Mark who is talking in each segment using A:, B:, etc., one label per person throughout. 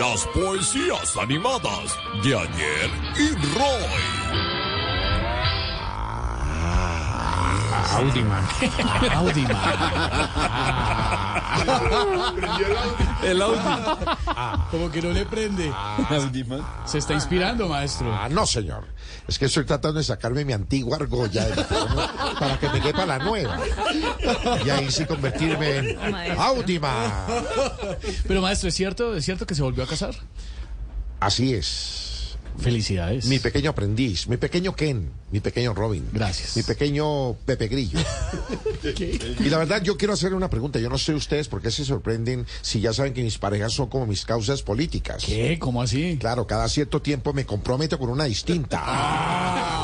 A: las poesías animadas de ayer y Roy.
B: El Audi. Como que no le prende.
C: Ah,
B: Se está inspirando, maestro.
D: Ah, no, señor. Es que estoy tratando de sacarme mi antigua argolla de la forma para que me quepa la nueva. Y ahí sí convertirme en Audima.
B: Pero, maestro, ¿es cierto? ¿Es cierto que se volvió a casar?
D: Así es.
B: Felicidades.
D: Mi pequeño aprendiz, mi pequeño Ken, mi pequeño Robin.
B: Gracias.
D: Mi pequeño Pepe Grillo. Y la verdad, yo quiero hacer una pregunta. Yo no sé ustedes por qué se sorprenden si ya saben que mis parejas son como mis causas políticas.
B: ¿Qué? ¿Cómo así?
D: Claro, cada cierto tiempo me comprometo con una
B: Ah,
D: distinta.
E: Ah,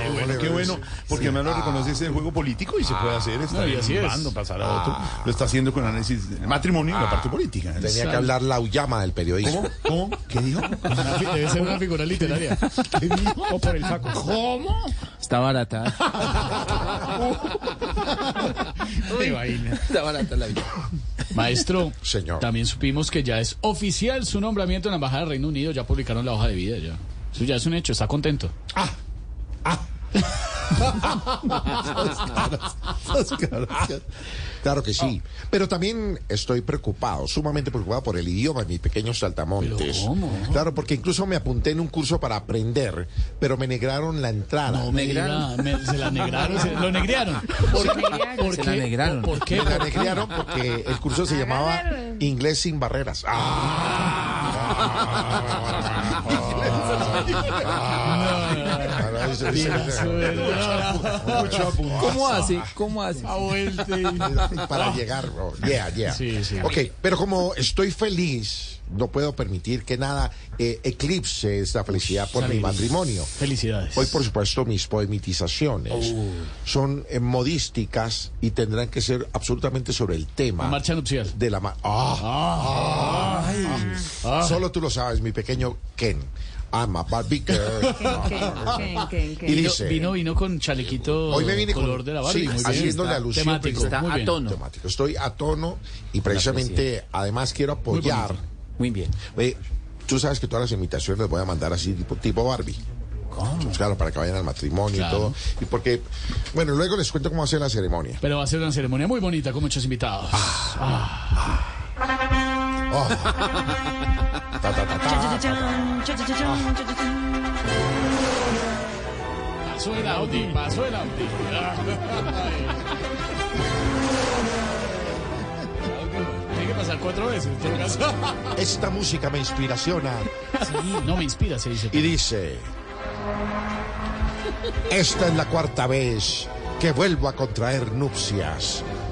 E: Qué bueno, qué bueno, porque además lo reconoce ese juego político y se puede hacer,
B: No,
E: está
B: y
E: bien,
B: así
E: un
B: es.
E: bando, pasar a otro, lo está haciendo con análisis del matrimonio y la parte política.
D: Tenía que hablar la Uyama del periodismo.
E: ¿Cómo? ¿Cómo? ¿Qué dijo?
B: Una fi- Debe ser una figura literaria. O por el saco. ¿Cómo?
C: Está barata.
B: De vaina.
C: Está barata la vida.
B: Maestro,
D: Señor.
B: también supimos que ya es oficial su nombramiento en la Embajada del Reino Unido. Ya publicaron la hoja de vida. ya. Eso ya es un hecho. ¿Está contento?
D: Claro que sí.
B: Ah.
D: Pero también estoy preocupado, sumamente preocupado por el idioma de mis pequeños saltamontes.
B: ¿Pero cómo?
D: Claro, porque incluso me apunté en un curso para aprender, pero me negaron la entrada.
B: me diga, me- se la negraron, se- lo negrearon. ¿Por, por
C: Se
B: qué?
C: la negraron.
B: ¿Por qué?
D: me la negaron porque el curso se llamaba Inglés sin barreras. ¡Ah! Ahora dice- dice-
B: Mira, suerte.
D: Mucho apunte.
C: ¿Cómo hace? ¿Cómo hace?
B: A vuelta.
D: para llegar. bro. Yeah, yeah.
B: Ah. Sí, sí.
D: Ok, pero como estoy feliz, no puedo permitir que nada eh, eclipse esta felicidad por mi
B: Salir.
D: matrimonio.
B: Felicidades.
D: Hoy, por supuesto, mis poemitizaciones
B: Oh.
D: son eh, modísticas y tendrán que ser absolutamente sobre el tema
B: La marcha nupcial.
D: de la ma- ¡Ah! Ah. Solo tú lo sabes, mi pequeño Ken. I'm a Barbie girl. Y
B: Vino,
D: dice...
B: vino, vino con chalequito
D: Hoy me vine
B: color
D: con-
B: de la Barbie.
D: sí,
B: muy bien.
D: haciéndole
B: Está
D: alusión,
B: Temático,
C: está
B: muy
C: a
B: bien.
C: tono.
D: temático. Estoy a tono y precisamente, además, quiero apoyar.
C: Muy bien.
D: Eh, tú sabes que todas las invitaciones las voy a mandar así, tipo, tipo Barbie. Pues claro, para que vayan al matrimonio
B: Claro.
D: y todo. Y porque, bueno, luego les cuento cómo va a ser la ceremonia.
B: Pero va a ser una ceremonia muy bonita con muchos invitados.
D: Ta, ta, ta, ta.
B: Pasó el Audi, pasó el Audi. Tiene que pasar cuatro veces. en todo caso.
D: Esta música me inspiraciona
B: No me inspira, se dice.
D: y dice: Esta es la cuarta vez que vuelvo a contraer nupcias.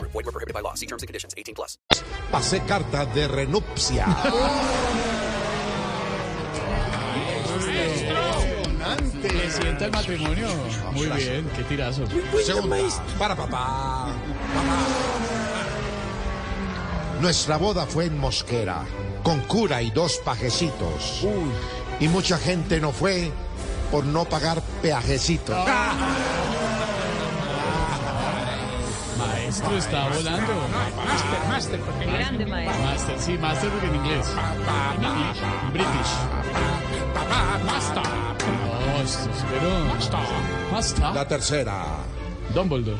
F: Void were prohibited by law. See terms and conditions. 18 plus.
D: pasé carta de renupcia.
B: Le sienta el matrimonio. Muy bien, qué tirazo.
D: Segunda, para papá. Papá. Nuestra boda fue en Mosquera, con cura y dos pajecitos. Y mucha gente no fue por no pagar peajecitos.
B: Maestro está volando.
G: Grande maestro.
B: Master, sí, master porque en inglés. En English, en British. Master. No, esto es pero. Master.
D: La tercera.
B: Dumbledore.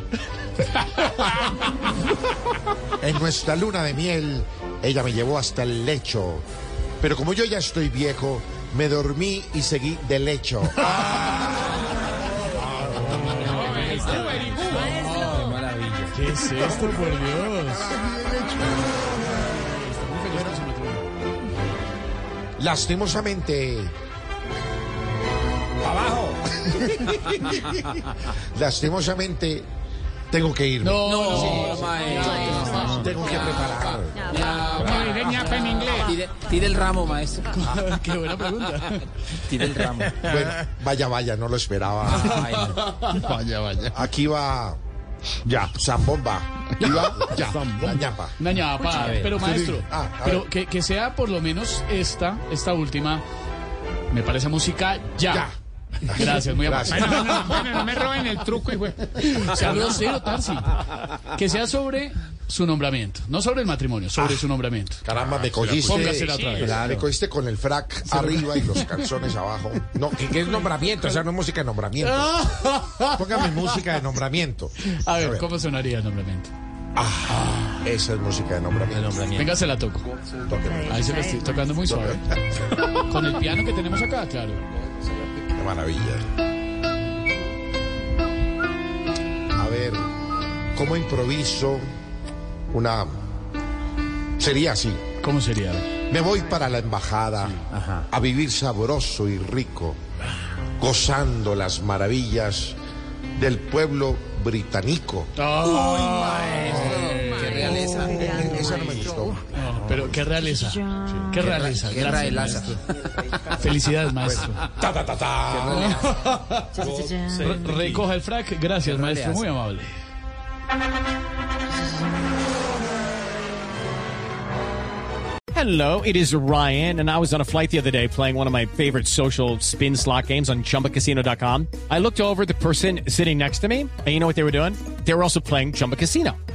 D: En nuestra luna de miel, ella me llevó hasta el lecho. Pero como yo ya estoy viejo, me dormí y seguí de lecho.
C: Qué maravilla.
B: ¿Qué es esto, por Dios?
D: Lastimosamente. ¡Abajo! Lastimosamente, tengo que irme.
B: No, no,
C: No, maestro.
D: Tengo que preparar.
B: en inglés. Ah,
C: Tire, tire el ramo, maestro.
B: Qué buena pregunta.
C: Tire el ramo.
D: Bueno, vaya, vaya, no lo esperaba.
C: Ay, no.
E: Vaya, vaya.
D: Aquí va. Ya. Zambomba. Aquí va. Ya. La ñapa.
B: Una ñapa, pero maestro,
D: Sí, sí. Ah, a
B: pero
D: ver.
B: que, que sea por lo menos esta, esta última, me parece música ya.
D: Ya.
B: Gracias, muy amable.
D: Gracias.
B: Bueno, bueno, bueno, no me roben el truco, hijo. de- Saludos, cero, Tarsi. Que sea sobre su nombramiento, no sobre el matrimonio,
D: Ah.
B: sobre su nombramiento.
D: Caramba, me cogiste.
B: Póngasela otra vez.
D: Me cogiste con el frac arriba y los calzones abajo. No, que, que es nombramiento, o sea, no es música de nombramiento. Póngame música de nombramiento.
B: A ver, ¿cómo sonaría el nombramiento?
D: Esa es música de nombramiento.
B: Venga, se la toco.
D: Tóqueme.
B: Ahí se la estoy tocando muy suave. Con el piano que tenemos acá, claro.
D: Qué maravilla. A ver, ¿cómo improviso una... Sería así.
B: ¿Cómo sería?
D: Me voy para la embajada a vivir sabroso y rico, gozando las maravillas del pueblo británico.
C: Qué realeza.
D: Esa no me gustó.
B: No, pero qué realeza. Qué realeza.
C: qué
B: Gracias,
C: realeza.
B: maestro. Felicidades, maestro.
D: Ta, ta, ta, ta.
B: Re- Recoja el frac. Gracias, maestro.
C: realeza.
B: Muy amable.
H: Hello, it is Ryan, and I was on a flight the other day playing one of my favorite social spin slot games on chumbacasino.com. I looked over at the person sitting next to me, and you know what they were doing? They were also playing Chumba Casino.